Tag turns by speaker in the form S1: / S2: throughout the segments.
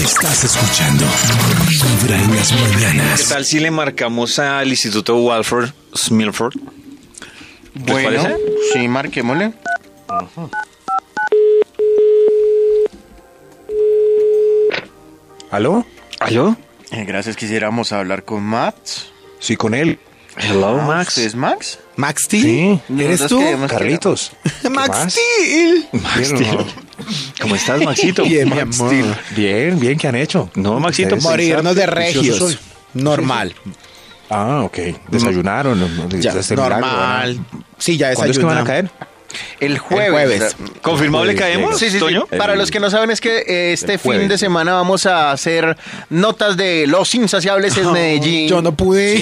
S1: Estás escuchando Vibra en las
S2: ¿Qué
S1: mañanas.
S2: tal si le marcamos al Instituto Walford Smilford? ¿Les
S3: Bueno,
S2: parece?
S3: sí, marquémosle.
S4: ¿Aló?
S2: ¿Aló?
S3: Eh, Gracias, quisiéramos hablar con Max.
S4: Sí, con él.
S1: Oh,
S2: Hello,
S3: Ah,
S2: Max.
S3: ¿Usted es Max?
S4: Max T. ¿Eres
S3: Nosotros
S4: tú?
S3: creemos que
S4: Carlitos.
S1: Max
S2: Max Steel. ¿Cómo estás, Maxito?
S4: Bien, mi
S2: Max
S4: amor.
S2: Steel.
S4: Bien, bien, ¿qué han hecho?
S2: No, Maxito,
S4: ¿Ustedes?
S2: morirnos
S4: Sensatos,
S1: Morirnos de
S4: juiciosos
S1: regios.
S4: hoy.
S1: Normal.
S4: Ah, ok. Desayunaron.
S1: Ya,
S4: Este milagro,
S1: normal.
S4: ¿verdad?
S1: Sí, ya
S4: ¿Cuándo es que van a
S1: desayunamos.
S4: caer?
S3: El jueves.
S1: jueves.
S2: ¿Confirmable caemos,
S3: Sí, sí, sí.
S2: Toño?
S3: Para los que no saben, es que eh, este fin de
S4: jueves.
S3: semana vamos a hacer notas de Los Insaciables en Medellín.
S1: Yo no pude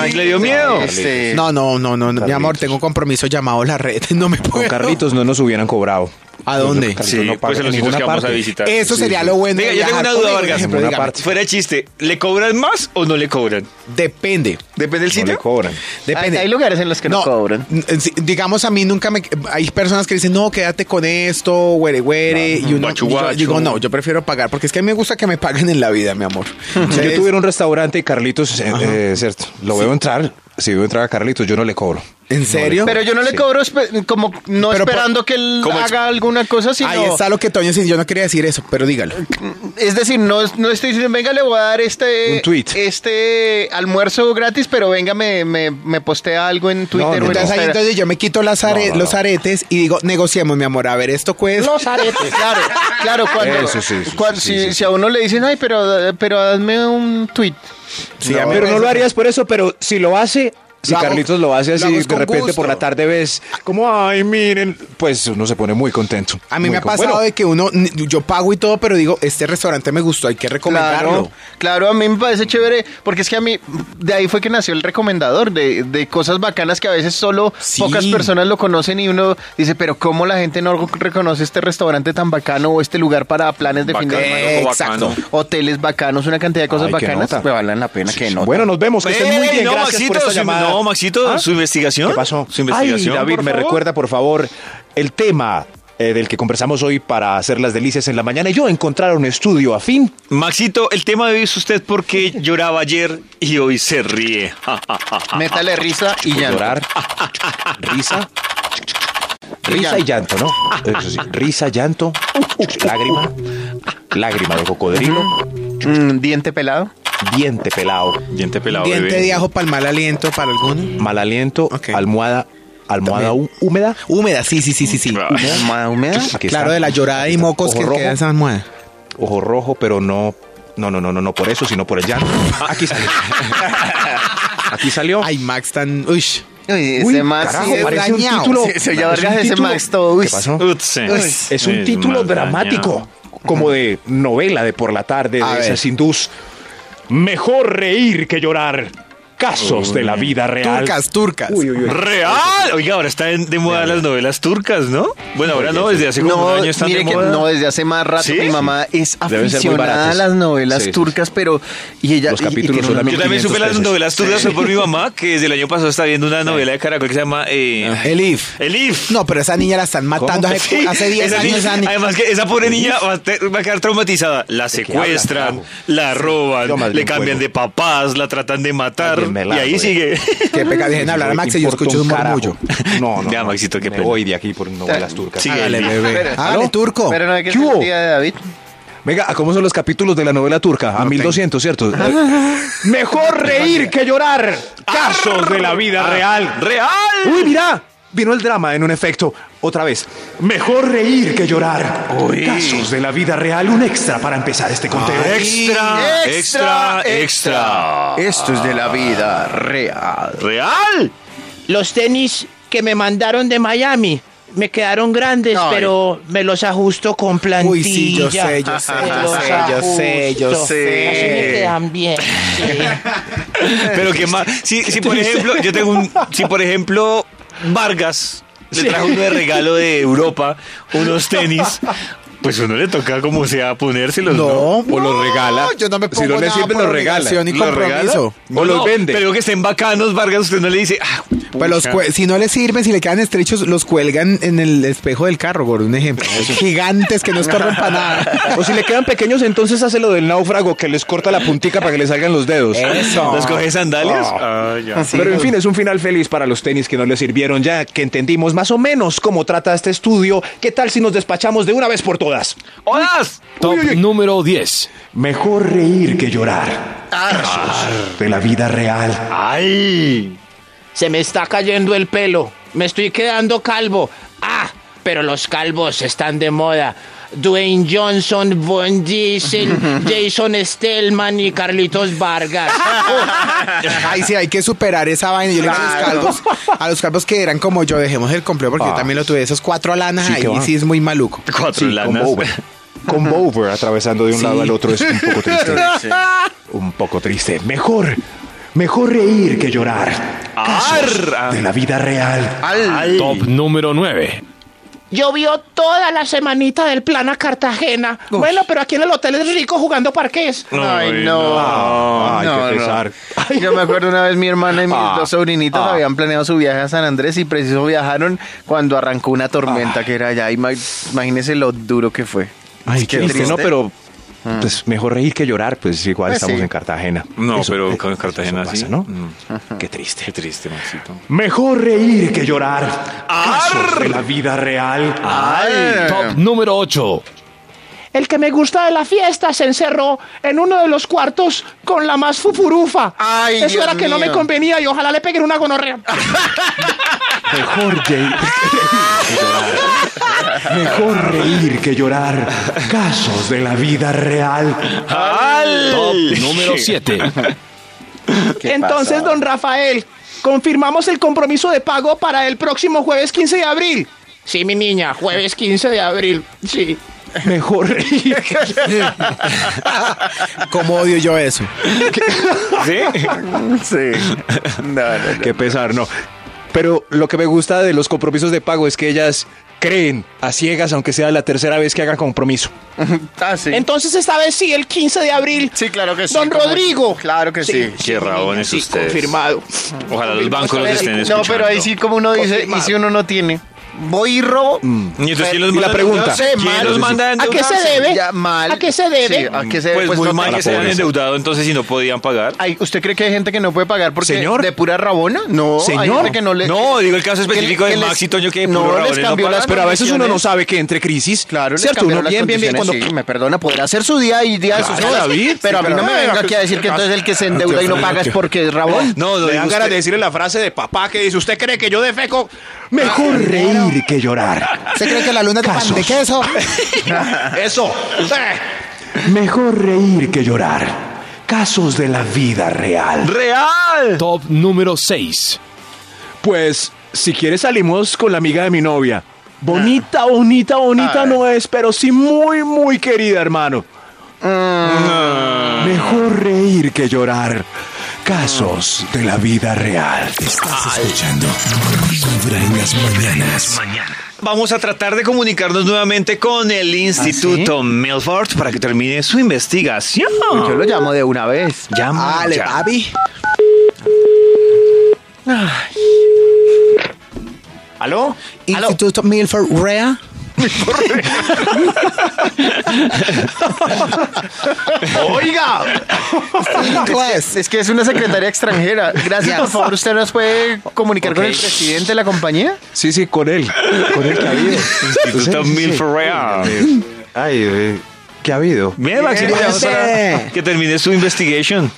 S2: Ay,
S1: ir.
S2: le dio miedo.
S3: Este,
S1: No, no, no, no, no, mi amor,
S4: Carlitos.
S1: tengo un compromiso llamado la red. No me
S4: Con
S1: puedo.
S4: Carlitos no nos hubieran cobrado.
S1: ¿A dónde?
S4: Carlitos
S2: Sí,
S4: no
S2: pues
S4: paga
S2: en los
S4: en
S2: sitios
S4: ninguna
S2: que vamos a
S4: parte.
S2: visitar.
S1: Eso
S4: Sí,
S1: sería
S4: sí.
S1: lo bueno. de
S2: Venga, yo tengo
S1: viajar
S2: una duda,
S1: conmigo,
S2: Vargas.
S1: ejemplo,
S4: Una
S1: dígame.
S4: parte.
S2: Fuera de chiste, ¿le cobran más o no le cobran?
S1: Depende.
S2: Depende del
S4: No le
S2: sitio.
S4: cobran.
S1: Depende.
S3: Hay, hay lugares en los que no, cobran.
S1: n- sí, Digamos, a mí nunca me. Hay personas que dicen, no, quédate con esto, güere, güere. y uno.
S2: guacho,
S1: yo
S2: guacho.
S1: digo, no, yo prefiero pagar, porque es que a mí me gusta que me paguen en la vida, mi amor.
S4: Si
S1: Entonces,
S4: yo tuviera un restaurante y Carlitos, eh, eh, cierto, lo veo entrar. Si veo entrar a Carlitos, yo no le cobro.
S1: ¿En serio?
S3: Pero yo no le
S4: Sí.
S3: cobro espe- como no
S1: Pero por-
S3: esperando que él
S2: ¿Cómo es?
S3: haga alguna cosa, sino...
S1: Ahí está lo que Toño dice. Yo no quería decir eso, pero dígalo.
S3: Es decir, no, no estoy diciendo, venga, le voy a dar este,
S4: Un tweet.
S3: este almuerzo gratis, pero venga, me, me, me postea algo en Twitter.
S4: no,
S3: o en
S1: Entonces, ahí,
S3: Instagram.
S1: entonces yo me quito las are-
S4: No, no,
S1: los
S4: no.
S1: aretes y digo, negociemos, mi amor. A ver, esto cuesta.
S3: Eh, Claro, claro, cuando,
S4: Eso sí, eso
S3: cuando-
S4: sí,
S3: si,
S4: sí,
S3: si a uno le dicen, ay, pero, pero hazme un tweet.
S1: Sí, a mí
S4: Pero
S1: me
S4: no lo
S1: parece-
S4: harías por eso, pero si lo hace, si
S1: Lo hago-
S4: Carlitos lo hace
S1: lo
S4: así,
S1: hago
S4: de
S1: con
S4: repente
S1: gusto.
S4: por la tarde ves como, ay, miren, pues uno se pone muy contento.
S1: A mí
S4: Muy
S1: me ha
S4: con-
S1: pasado
S4: Bueno,
S1: de que uno, n- yo pago y todo, pero digo, este restaurante me gustó, hay que recomendarlo.
S3: Claro, claro, a mí me parece chévere, porque es que a mí, de ahí fue que nació el recomendador, de, de cosas bacanas que a veces solo
S1: Sí.
S3: pocas personas lo conocen y uno dice, pero ¿cómo la gente no reconoce este restaurante tan bacano o este lugar para planes de fin de
S2: Bacano,
S3: semana?
S2: bacano.
S3: Exacto. Hoteles bacanos, una cantidad de cosas
S4: Ay, qué
S3: bacanas
S4: nota.
S3: que valen la pena que no.
S4: Bueno, nos vemos. Que estén muy
S2: Ey,
S4: bien.
S2: no,
S4: Gracias
S2: Maxito,
S4: por esta
S2: su-
S4: llamada. ¿Ah?
S2: no, Maxito, su investigación.
S4: ¿Qué pasó?
S2: Su investigación,
S4: Ay, David,
S2: por
S4: me
S2: favor.
S4: recuerda, por favor, el tema eh, del que conversamos hoy para hacer las delicias en la mañana. Yo encontrar un estudio afín.
S2: Maxito, el tema de hoy es usted porque lloraba ayer y hoy se ríe. Ah,
S3: Métale risa y
S4: por
S3: ya.
S4: llorar. Risa.
S3: Y
S4: Risa y llanto, ¿no? Eso sí. Risa, llanto, lágrima, lágrima de cocodrilo,
S3: Mm, diente pelado.
S4: diente pelado,
S2: Diente pelado,
S1: Diente
S2: bebé.
S1: de ajo para el mal aliento, para alguno.
S4: mal aliento,
S1: Ok.
S4: almohada, almohada
S1: También.
S4: hú- húmeda.
S1: Húmeda, sí, sí, sí, sí, sí.
S2: Claro.
S3: Almohada
S2: Ah,
S3: húmeda.
S4: Aquí
S1: Claro,
S4: está.
S1: de la llorada y
S4: Aquí está.
S1: mocos
S4: Ojo
S1: que
S4: rojo,
S1: queda esa almohada.
S4: ojo rojo, pero no, no, no, no, no, no por eso, sino por el llanto. Aquí salió. Aquí salió.
S1: Ay, Max tan. Uy.
S3: Uy,
S4: Uy,
S3: ese Max
S4: carajo,
S3: sí es
S4: parece un
S3: dañado.
S4: título.
S3: Se- se oye
S4: Es un
S3: Vargas, ese
S4: título-
S3: Max todo. uy.
S4: ¿Qué pasó?
S2: Utse.
S3: Uy.
S4: Es un título
S2: más
S4: dramático,
S2: dañado.
S4: como de novela de por la tarde,
S1: A
S4: de esas
S1: ver.
S4: hindús. Mejor reír que llorar. Casos de la vida real.
S1: Turcas, turcas.
S4: Uy, uy, uy.
S2: ¡Real! Oiga, ahora están de moda las novelas turcas, ¿no? Bueno, ahora no, desde hace como
S3: No,
S2: un año están
S3: mire
S2: de
S3: que
S2: moda.
S3: no, desde hace más rato
S2: ¿Sí?
S3: mi mamá es
S4: Deben ser muy
S3: aficionada a
S4: baratas.
S3: las novelas
S4: Sí, sí, sí.
S3: turcas, pero y ella
S4: Los
S3: y- y
S4: capítulos
S3: tiene
S4: son
S3: una-
S4: a mí-
S2: Yo también
S4: 1500
S2: supe las
S4: pesos.
S2: novelas turcas fue por mi mamá, que desde el año pasado está viendo una novela de Caracol que se llama eh,
S1: Ah,
S4: Ah.
S1: Elif.
S2: Elif.
S1: No, pero esa niña la están matando hace,
S2: Sí,
S1: hace 10
S2: esa
S1: años.
S2: niña-
S1: esa ni-
S2: Además que esa pobre niña va a, te- va a quedar traumatizada. La
S4: qué hablan,
S2: secuestran,
S4: carajo?
S2: la
S4: yo más
S2: roban, le
S4: bien
S2: cambian
S4: juego.
S2: de papás, la tratan de matar
S4: Alguien me
S2: y
S4: largo,
S2: ahí
S4: ya.
S2: sigue.
S1: Qué pecado. Dejen hablar a Max y yo
S4: Importa
S1: escucho
S4: un
S1: un
S4: carajo.
S1: murmullo.
S4: No, no.
S2: Ya,
S4: no.
S2: Maxito, qué
S4: Me
S2: pena.
S4: voy de aquí por novelas
S3: Ta-
S4: turcas.
S2: Sí,
S1: Hágale,
S2: Elif.
S1: bebé.
S3: Pero-
S1: Hágale, turco.
S3: Pero no hay que
S4: ¿Qué
S3: ser
S4: hubo?
S3: tía de David.
S4: Venga, ¿a ¿cómo son los capítulos de la novela turca? A
S1: No
S4: 1200, ¿cierto? Mejor reír que llorar. Casos de la vida real.
S2: ¡Real!
S4: Ah, Uy, mira, vino el drama en un efecto. Otra vez, mejor reír que llorar. Casos de la vida real, un extra para empezar este conteo.
S5: Ah,
S2: Extra, extra,
S1: Ah.
S2: extra.
S3: Esto es de la vida real.
S2: ¡Real!
S6: Los tenis que me mandaron de Miami me quedaron grandes,
S3: Ay.
S6: pero me los ajusto con plantilla.
S1: Uy, sí, yo sé, yo sé,
S6: Me
S1: yo
S6: los
S1: sé, yo sé, yo
S6: ajusto.
S3: sé.
S6: Así me quedan bien. sí.
S2: Pero que más. Si, si por ejemplo, yo tengo un. Si por ejemplo, Vargas le trajo uno de regalo de Europa, unos tenis. Pues uno le toca como sea ponérselos,
S1: No,
S2: ¿no?
S5: O los regala.
S1: yo no me
S5: Si no
S1: pongo
S5: le
S1: nada
S5: sirve,
S1: por
S5: los regala.
S1: obligación ni
S5: ¿Los regala?
S1: compromiso.
S5: O los vende.
S2: Pero que estén bacanos, Vargas, usted no le dice. ah,
S1: Pues los cue- si no les sirven, si le quedan estrechos, los cuelgan en el espejo del carro, por un ejemplo. Gigantes que no estorban para nada.
S5: O si le quedan pequeños, entonces hace lo del náufrago que les corta la puntica para que le salgan los dedos.
S1: Eso.
S2: ¿Los coge sandalias? Ah, ya.
S5: Pero en fin, es un final feliz para los tenis que no les sirvieron ya, que entendimos más o menos cómo trata este estudio. ¿Qué tal si nos despachamos de una vez por todas?
S2: ¡Horas!
S7: Top número 10.
S4: Mejor reír que llorar.
S3: Ah,
S4: Casos de la vida real.
S2: ¡Ay!
S6: Se me está cayendo el pelo. Me estoy quedando calvo. Ah, pero los calvos están de moda. Dwayne Johnson, Von Diesel, Jason Stellman y Carlitos Vargas.
S1: Ay, sí, hay que superar esa vaina. Yo le digo a los calvos, a los calvos que eran como yo, dejemos el complejo porque yo también lo tuve. Esos cuatro lanas ahí sí es muy maluco.
S2: Cuatro
S5: con
S2: lanas.
S5: Bower. Con Bower atravesando de un lado al otro es un poco triste.
S2: Sí.
S4: Un poco triste. Mejor, mejor reír que llorar. Casos
S2: Arr.
S4: de la vida real.
S2: Ay.
S7: Top número 9.
S6: Llovió toda la semanita del plan a Cartagena. Bueno, pero aquí en el hotel es rico jugando parques.
S3: Ay, no.
S5: Ay,
S3: Ah. No,
S5: qué
S3: no.
S5: pesar.
S3: Yo me acuerdo una vez mi hermana y mis
S5: Ah,
S3: dos sobrinitas
S5: ah.
S3: habían planeado su viaje a San Andrés y preciso viajaron cuando arrancó una tormenta que era allá. Ima- Imagínese lo duro que fue.
S5: Ay, qué
S3: Qué
S5: triste,
S3: triste.
S5: ¿no? Pero pues mejor reír que llorar, pues igual
S3: Ah. Pues
S5: estamos
S3: sí.
S5: en Cartagena.
S2: No,
S5: Eso- eh,
S2: pero con
S5: eso
S2: Cartagena
S5: pasa,
S2: sí.
S5: ¿no?
S2: Mm.
S5: Qué triste.
S2: Qué triste, Maxito.
S4: Mejor reír que llorar. Casos de la vida real.
S7: Top número 8.
S6: El que me gusta de la fiesta se encerró en uno de los cuartos con la más fufurufa.
S3: Ay,
S6: Eso
S3: Dios
S6: era que no
S3: mío.
S6: me convenía y ojalá le peguen una gonorrea.
S4: Mejor reír que llorar. Mejor reír que llorar. Casos de la vida real.
S7: Top número 7.
S6: Entonces, don Rafael, confirmamos el compromiso de pago para el próximo jueves 15 de abril. Sí, mi niña, jueves 15 de abril. Sí.
S4: Mejor reír.
S1: ¿Cómo odio yo eso?
S3: Sí. No, no, no.
S5: Qué pesar, no. Pero lo que me gusta de los compromisos de pago es que ellas creen a ciegas, aunque sea la tercera vez que hagan compromiso.
S3: Ah, sí.
S6: Entonces, esta vez sí, el 15 de abril.
S3: Sí, claro que sí.
S6: Don
S3: como-
S6: Rodrigo.
S3: Claro que sí.
S2: Qué rabones
S6: sí,
S2: ustedes.
S6: confirmado.
S2: Ojalá los bancos los estén
S3: No,
S2: escuchando.
S3: pero ahí sí, como uno dice, ¿y
S6: Confirmado.
S3: si uno no tiene? ¿Voy y robo?
S2: Y entonces, ¿quién Mm. los
S5: Y la
S2: manda?
S5: pregunta,
S2: No sé,
S5: ¿quién
S2: ¿quién
S5: los
S2: los manda a
S6: ¿A qué
S2: endeudarse?
S6: se debe?
S3: Ya, mal.
S6: ¿A qué se debe?
S3: Sí, ¿a qué se debe?
S2: Pues muy
S3: no
S2: mal
S3: tengo.
S2: que se hayan endeudado, entonces si no podían pagar.
S3: Ay, ¿Usted cree que hay gente que no puede pagar porque
S5: Señor.
S3: de pura rabona? No, hay
S5: Señor.
S3: gente que no le...
S2: No, digo el caso específico
S3: que
S2: de
S3: les-
S2: Max y Toño que de
S3: no
S2: puro
S3: les
S2: rabones no
S3: cambió
S2: pagan.
S3: las
S5: Pero a veces uno no
S3: condiciones.
S5: sabe que entre crisis,
S3: Claro, les
S5: ¿cierto? Uno
S3: cambiaron las
S5: bien, bien, bien, cuando
S3: condiciones, sí, me perdona, podrá hacer su día y día de sus
S5: Claro,
S3: cosas,
S5: David,
S3: pero
S5: sí,
S3: a mí
S5: pero-
S3: no me venga aquí a decir que entonces el que se endeuda y no paga es porque es rabón.
S2: No, no,
S5: le
S2: digo
S5: dan
S2: usted-
S5: ganas de decirle la frase de papá que dice, ¿usted cree que yo defeco?
S4: Mejor
S3: Ah,
S4: reír que llorar.
S1: ¿Se cree que la luna es de pan de
S4: Casos.
S1: queso?
S5: Eso.
S4: Mejor reír que llorar. Casos de la vida real.
S2: ¡Real!
S7: Top número 6.
S5: Pues, si quieres salimos con la amiga de mi novia. Bonita,
S2: Ah.
S5: bonita, bonita no es, pero sí muy, muy querida, hermano.
S2: Ah.
S4: Mejor reír que llorar. Casos de la vida real.
S2: Vamos a tratar de comunicarnos nuevamente con el
S5: ¿Ah,
S2: Instituto Milford para que termine su investigación.
S5: Pues
S3: Yo lo llamo de una vez.
S2: Llama
S5: Ah,
S1: Dale,
S2: ya.
S1: papi.
S5: ¿Aló?
S1: Instituto Milford Rea.
S3: ¡Oiga!
S1: Inglés.
S3: Es que es una secretaria extranjera. Gracias, por favor, ¿usted nos puede comunicar con el presidente de la compañía?
S5: Sí, sí, con él. Con él que ha habido.
S2: Instituto Milford Real.
S5: Ay, eh, ¿qué ha habido?
S2: Bien, Max,
S1: Bien,
S2: vamos
S1: bien.
S2: para que termine su investigation.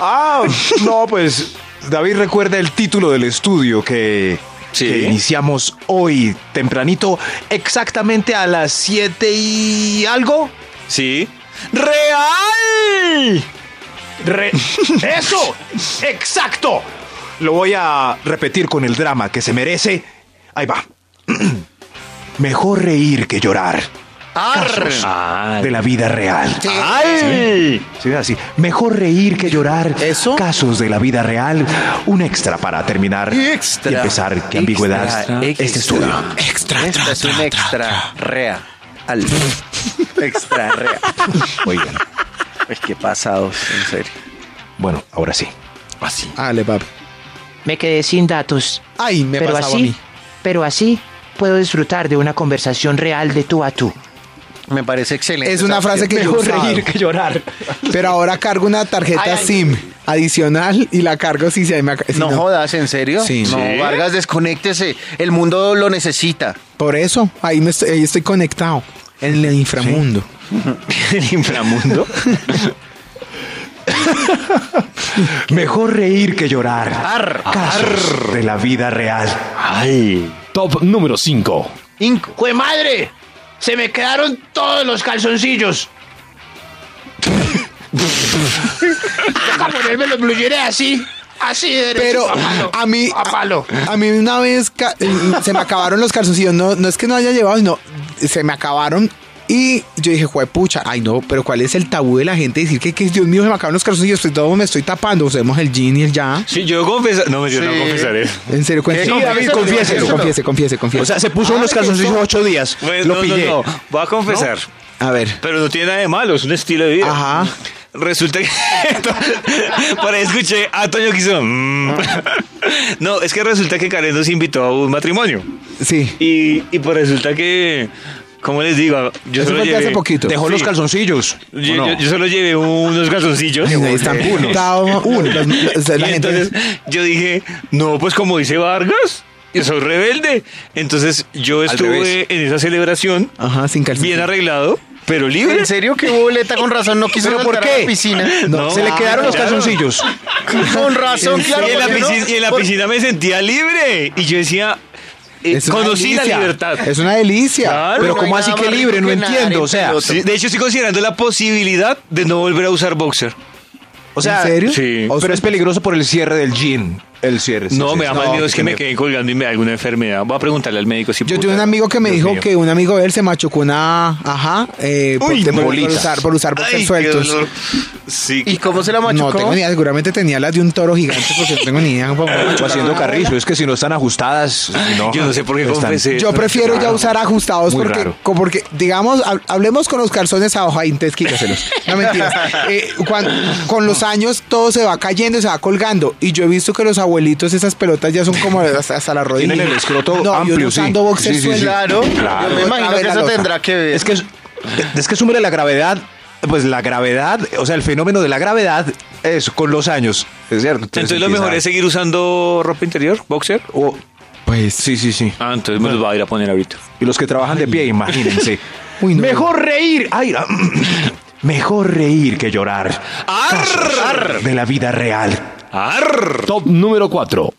S5: Ah, no, pues David recuerda el título del estudio que,
S2: Sí.
S5: que iniciamos hoy tempranito, exactamente a las 7 y algo.
S2: Sí. ¡Real!
S5: Re- ¡Eso! ¡Exacto! Lo voy a repetir con el drama que se merece. Ahí va.
S4: Mejor reír que llorar. Casos
S5: Ah.
S4: de la vida real.
S2: ¡Ay!
S4: Sí, así. Mejor reír que llorar.
S1: ¿Eso?
S4: Casos de la vida real. Un extra para terminar
S3: Extra.
S4: y empezar. Qué ambigüedad.
S3: Extra,
S4: Este estudio.
S3: Esta es un extra rea. Al-
S8: Extra real. Oigan. Ay, qué pasados, en serio.
S4: Bueno, ahora sí.
S1: Dale, papi.
S6: Me quedé sin datos.
S1: Ay, me
S6: pero
S1: pasaba a
S6: así,
S1: mí.
S6: pero así puedo disfrutar de una conversación real de tú a tú.
S3: Me parece excelente.
S1: Es una
S3: esa
S1: frase que yo he
S4: Mejor
S1: usado,
S4: reír que llorar.
S1: Pero ahora cargo una tarjeta SIM adicional y la cargo si se me ac- si
S3: No,
S1: no.
S3: jodas, ¿en serio?
S1: Sí.
S3: No, Vargas, desconéctese. El mundo lo necesita.
S1: Por eso, ahí, me estoy, ahí estoy conectado. En el inframundo.
S2: El inframundo.
S9: Mejor reír que llorar. Casos de la vida real.
S10: Top número 5.
S3: Inco.
S6: ¡Jue madre! Se me quedaron todos los calzoncillos. Toca ponerme los blue jeans así, así derecho.
S1: Pero
S6: a palo,
S1: a mí,
S6: a palo.
S1: a, a mí una vez ca- mm, se me acabaron los calzoncillos. No, no es que no haya llevado, sino se me acabaron. Y yo dije, pucha, ay no, pero ¿cuál es el tabú de la gente? Decir que, que, Dios mío, se me acabaron los calzoncillos, pues todo me estoy tapando. Usemos el jean y el ya.
S2: Sí, yo confesaré. No, yo no confesaré.
S1: En serio, cuéntame.
S3: Sí, David, confiéselo.
S1: Confiese, confiese, confiese.
S4: O sea, se puso unos calzoncillos ocho días.
S2: Pues,
S4: lo
S2: no,
S4: pillé.
S2: no, no. Voy a confesar.
S1: a ver.
S2: Pero no tiene nada de malo, es un estilo de vida.
S1: Ajá.
S2: Resulta que. Por ahí escuché a Toño que hizo, "Mm". No, es que resulta que Karen nos invitó a un matrimonio.
S1: Sí.
S2: Y, y pues resulta que. ¿Cómo les digo? Yo
S1: Eso
S2: solo
S1: fue de
S2: llevé.
S1: hace poquito.
S4: Dejó los calzoncillos.
S2: Yo,
S4: ¿o no?
S2: yo- yo solo llevé unos calzoncillos.
S1: Ahí están puntados.
S2: Y entonces yo dije, no, pues como dice Vargas, yo soy rebelde. Entonces yo estuve en esa celebración
S1: Ajá, sin calcetín.
S2: bien arreglado, pero libre.
S3: ¿En serio que boleta con razón no quiso
S4: ¿Pero por
S3: entrar a
S4: qué?
S3: la piscina?
S2: No,
S4: Se le quedaron los
S2: claro.
S4: calzoncillos.
S3: Con razón, claro.
S2: y, en la
S3: porque no-
S2: piscina, y en la
S3: por-
S2: piscina me sentía libre. Y yo decía, eh,
S1: Es una
S2: conocí la
S1: delicia.
S2: libertad.
S1: Es una delicia.
S2: Claro.
S4: Pero
S3: no
S4: ¿cómo
S3: hay
S4: así
S3: nada
S4: que
S3: más
S4: libre?
S3: rico
S4: No
S3: que nadar
S4: entiendo.
S3: en
S4: O sea,
S3: pelota.
S2: Sí, de hecho, estoy considerando la posibilidad de no volver a usar boxer.
S4: o sea,
S1: ¿En serio?
S2: sí.
S1: O sea, pues-
S4: pero es peligroso por el cierre del jean. El cierre. sí,
S2: no,
S4: sí,
S2: me
S4: sí.
S2: da más miedo es que me
S4: qué
S2: quedé colgando y me da alguna enfermedad. Voy a preguntarle al médico si
S1: yo
S2: puedo.
S1: tuve un amigo que me
S2: Dios
S1: dijo
S2: mío.
S1: que un amigo de él se machucó una ajá eh, por-
S2: Uy,
S1: por, por
S2: bolitas.
S1: usar por usar boxers
S2: Ay, qué
S1: sueltos.
S2: dolor. Sí.
S3: ¿Y cómo se la
S1: No
S3: machucó?
S1: tengo ni idea, seguramente tenía las de un toro gigante porque no tengo ni idea.
S4: O Pues haciendo carrizo, es que si no están ajustadas, si no,
S2: Yo no sé por qué
S4: están-
S2: confesé.
S1: Yo prefiero ya usar ajustados
S4: Muy
S1: porque,
S4: raro.
S1: co- porque, digamos, hab- hablemos con los calzones a hoja, entonces quítaselos. No mentiras. Eh, cuan- con los años todo se va cayendo y se va colgando. Y yo he visto que los abuelitos, esas pelotas ya son como hasta, hasta la rodilla.
S4: Tienen el escroto
S1: no, y uno
S4: amplio,
S1: usando
S4: sí.
S1: boxer
S4: Sí, sí, sí.
S3: Claro.
S4: Claro.
S3: Yo me
S1: A
S3: imagino
S1: ver,
S3: que
S1: la
S3: eso
S1: loca.
S3: tendrá que ver.
S4: Es que es, es que sume la gravedad, pues la gravedad, o sea, el fenómeno de la gravedad es con los años, es cierto.
S2: Entonces lo
S4: empieza-
S2: mejor es seguir usando ropa interior, boxer.
S4: o-
S1: Pues
S4: Oh, sí, sí, sí.
S2: Ah, entonces me los va a ir a poner ahorita.
S4: Y los que trabajan de pie, imagínense.
S1: Uy, no.
S4: Mejor reír, ay, ah, mejor reír que llorar. Casos De la vida real.
S10: Top número 4.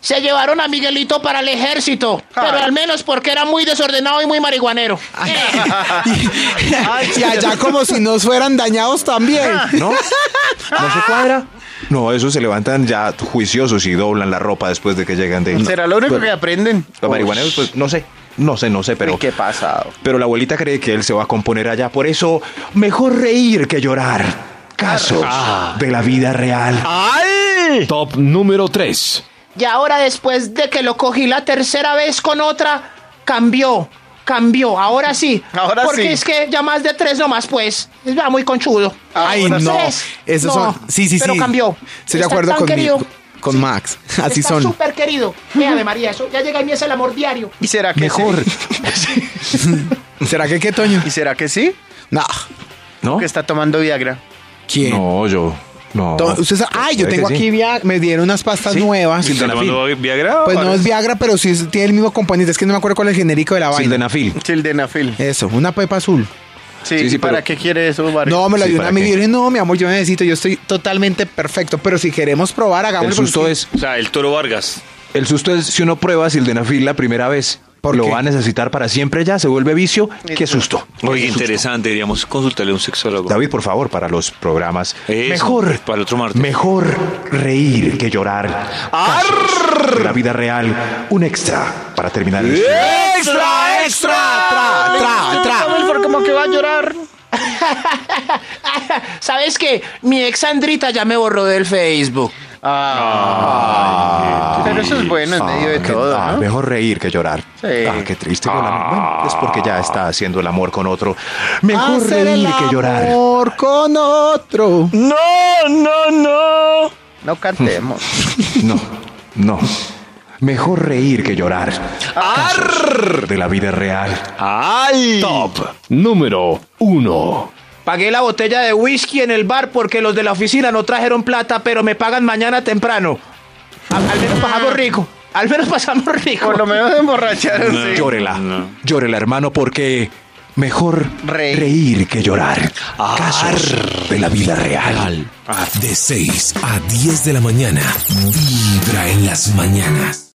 S6: Se llevaron a Miguelito para el ejército, pero al menos porque era muy desordenado y muy marihuanero.
S1: y allá como si nos fueran dañados también.
S4: ¿No? ¿No se cuadra? No, esos se levantan ya juiciosos y doblan la ropa después de que llegan de...
S3: ¿Será lo único que aprenden?
S4: Los marihuaneros, pues no sé, no sé, no sé, pero...
S8: Uy, qué pasado.
S4: Pero la abuelita cree que él se va a componer allá, por eso mejor reír que llorar. Casos
S3: Ah.
S4: de la vida real.
S10: Top número 3.
S6: Y ahora después de que lo cogí la tercera vez con otra, cambió, cambió, ahora sí.
S3: Ahora
S6: porque
S3: sí.
S6: es que ya más de tres nomás, pues, ya muy conchudo.
S3: Ah.
S1: Ay,
S6: Ahora
S1: no.
S6: tres.
S1: Esos
S6: No,
S1: son. Sí, sí, sí.
S6: Pero cambió.
S1: Estoy de
S6: Está
S1: acuerdo
S6: tan querido.
S1: conmigo. Con Max. Así
S6: Está
S1: son.
S6: súper querido. Véame, María, eso ya llega y me hace el amor diario.
S3: ¿Y será que
S4: Mejor.
S3: sí?
S1: ¿Será que qué, Toño?
S3: ¿Y será que sí?
S1: No.
S4: ¿No?
S3: Que está tomando Viagra.
S1: ¿Quién?
S4: No, yo. No.
S1: To- usted sabe- ay, yo
S4: Puede
S1: tengo
S4: que sí.
S1: aquí Viagra. Me dieron unas pastas nuevas.
S2: ¿Está tomando Viagra?
S1: Pues no
S2: Vale.
S1: es Viagra, pero sí es- tiene el mismo componente. Es que no me acuerdo cuál es el genérico de la vaina.
S4: Sildenafil.
S3: Sildenafil.
S1: Eso, una pepa azul.
S3: Sí,
S4: Sí, sí,
S3: ¿y ¿para
S4: pero-
S3: qué quiere eso, Vargas?
S1: No, me la
S4: Sí,
S1: dio una
S4: ¿para
S1: amiga y
S4: qué?
S1: yo dije, no, mi amor, yo necesito, yo estoy totalmente perfecto. Pero si queremos probar, hagámoslo.
S4: El susto
S1: porque-
S4: es,
S2: O sea, el toro Vargas.
S4: el susto es si uno prueba sildenafil la primera vez,
S1: ¿Por
S4: lo
S1: qué?
S4: va a necesitar para siempre ya, se vuelve vicio. Qué susto.
S2: Oye, interesante, deberíamos consultarle a un sexólogo.
S4: David, por favor, para los programas.
S2: Eso,
S4: mejor.
S2: para el otro martes.
S4: Mejor reír que llorar. Casos de La vida real. Un extra para terminar el show.
S1: ¡Extra, extra! ¡Tra, tra, tra!
S3: como que va a llorar.
S6: ¿Sabes qué? Mi ex Andrita ya me borró del Facebook.
S3: Pero eso es bueno, en
S4: Ah,
S3: medio de
S4: qué-
S3: todo,
S4: ah,
S3: ¿no?
S4: Mejor reír que llorar.
S3: Sí.
S4: Ah, qué triste. Bueno, bueno, es porque ya está haciendo el amor con otro. Mejor
S1: Ah. Hacer el
S4: reír que llorar.
S1: amor con otro.
S2: No, no, no.
S3: No cantemos.
S4: No, no. Mejor reír que llorar. Casos De la vida real.
S7: Top número 1.
S5: Pagué la botella de whisky en el bar porque los de la oficina no trajeron plata, pero me pagan mañana temprano. A- al menos pasamos rico. Al menos pasamos rico.
S3: Por lo menos emborracharon, sí.
S4: Llórela.
S2: no.
S4: Llórela, hermano, porque mejor
S3: Reír.
S4: reír que llorar. Casos de la vida real.
S11: De 6 a 10 de la mañana, vibra en las mañanas.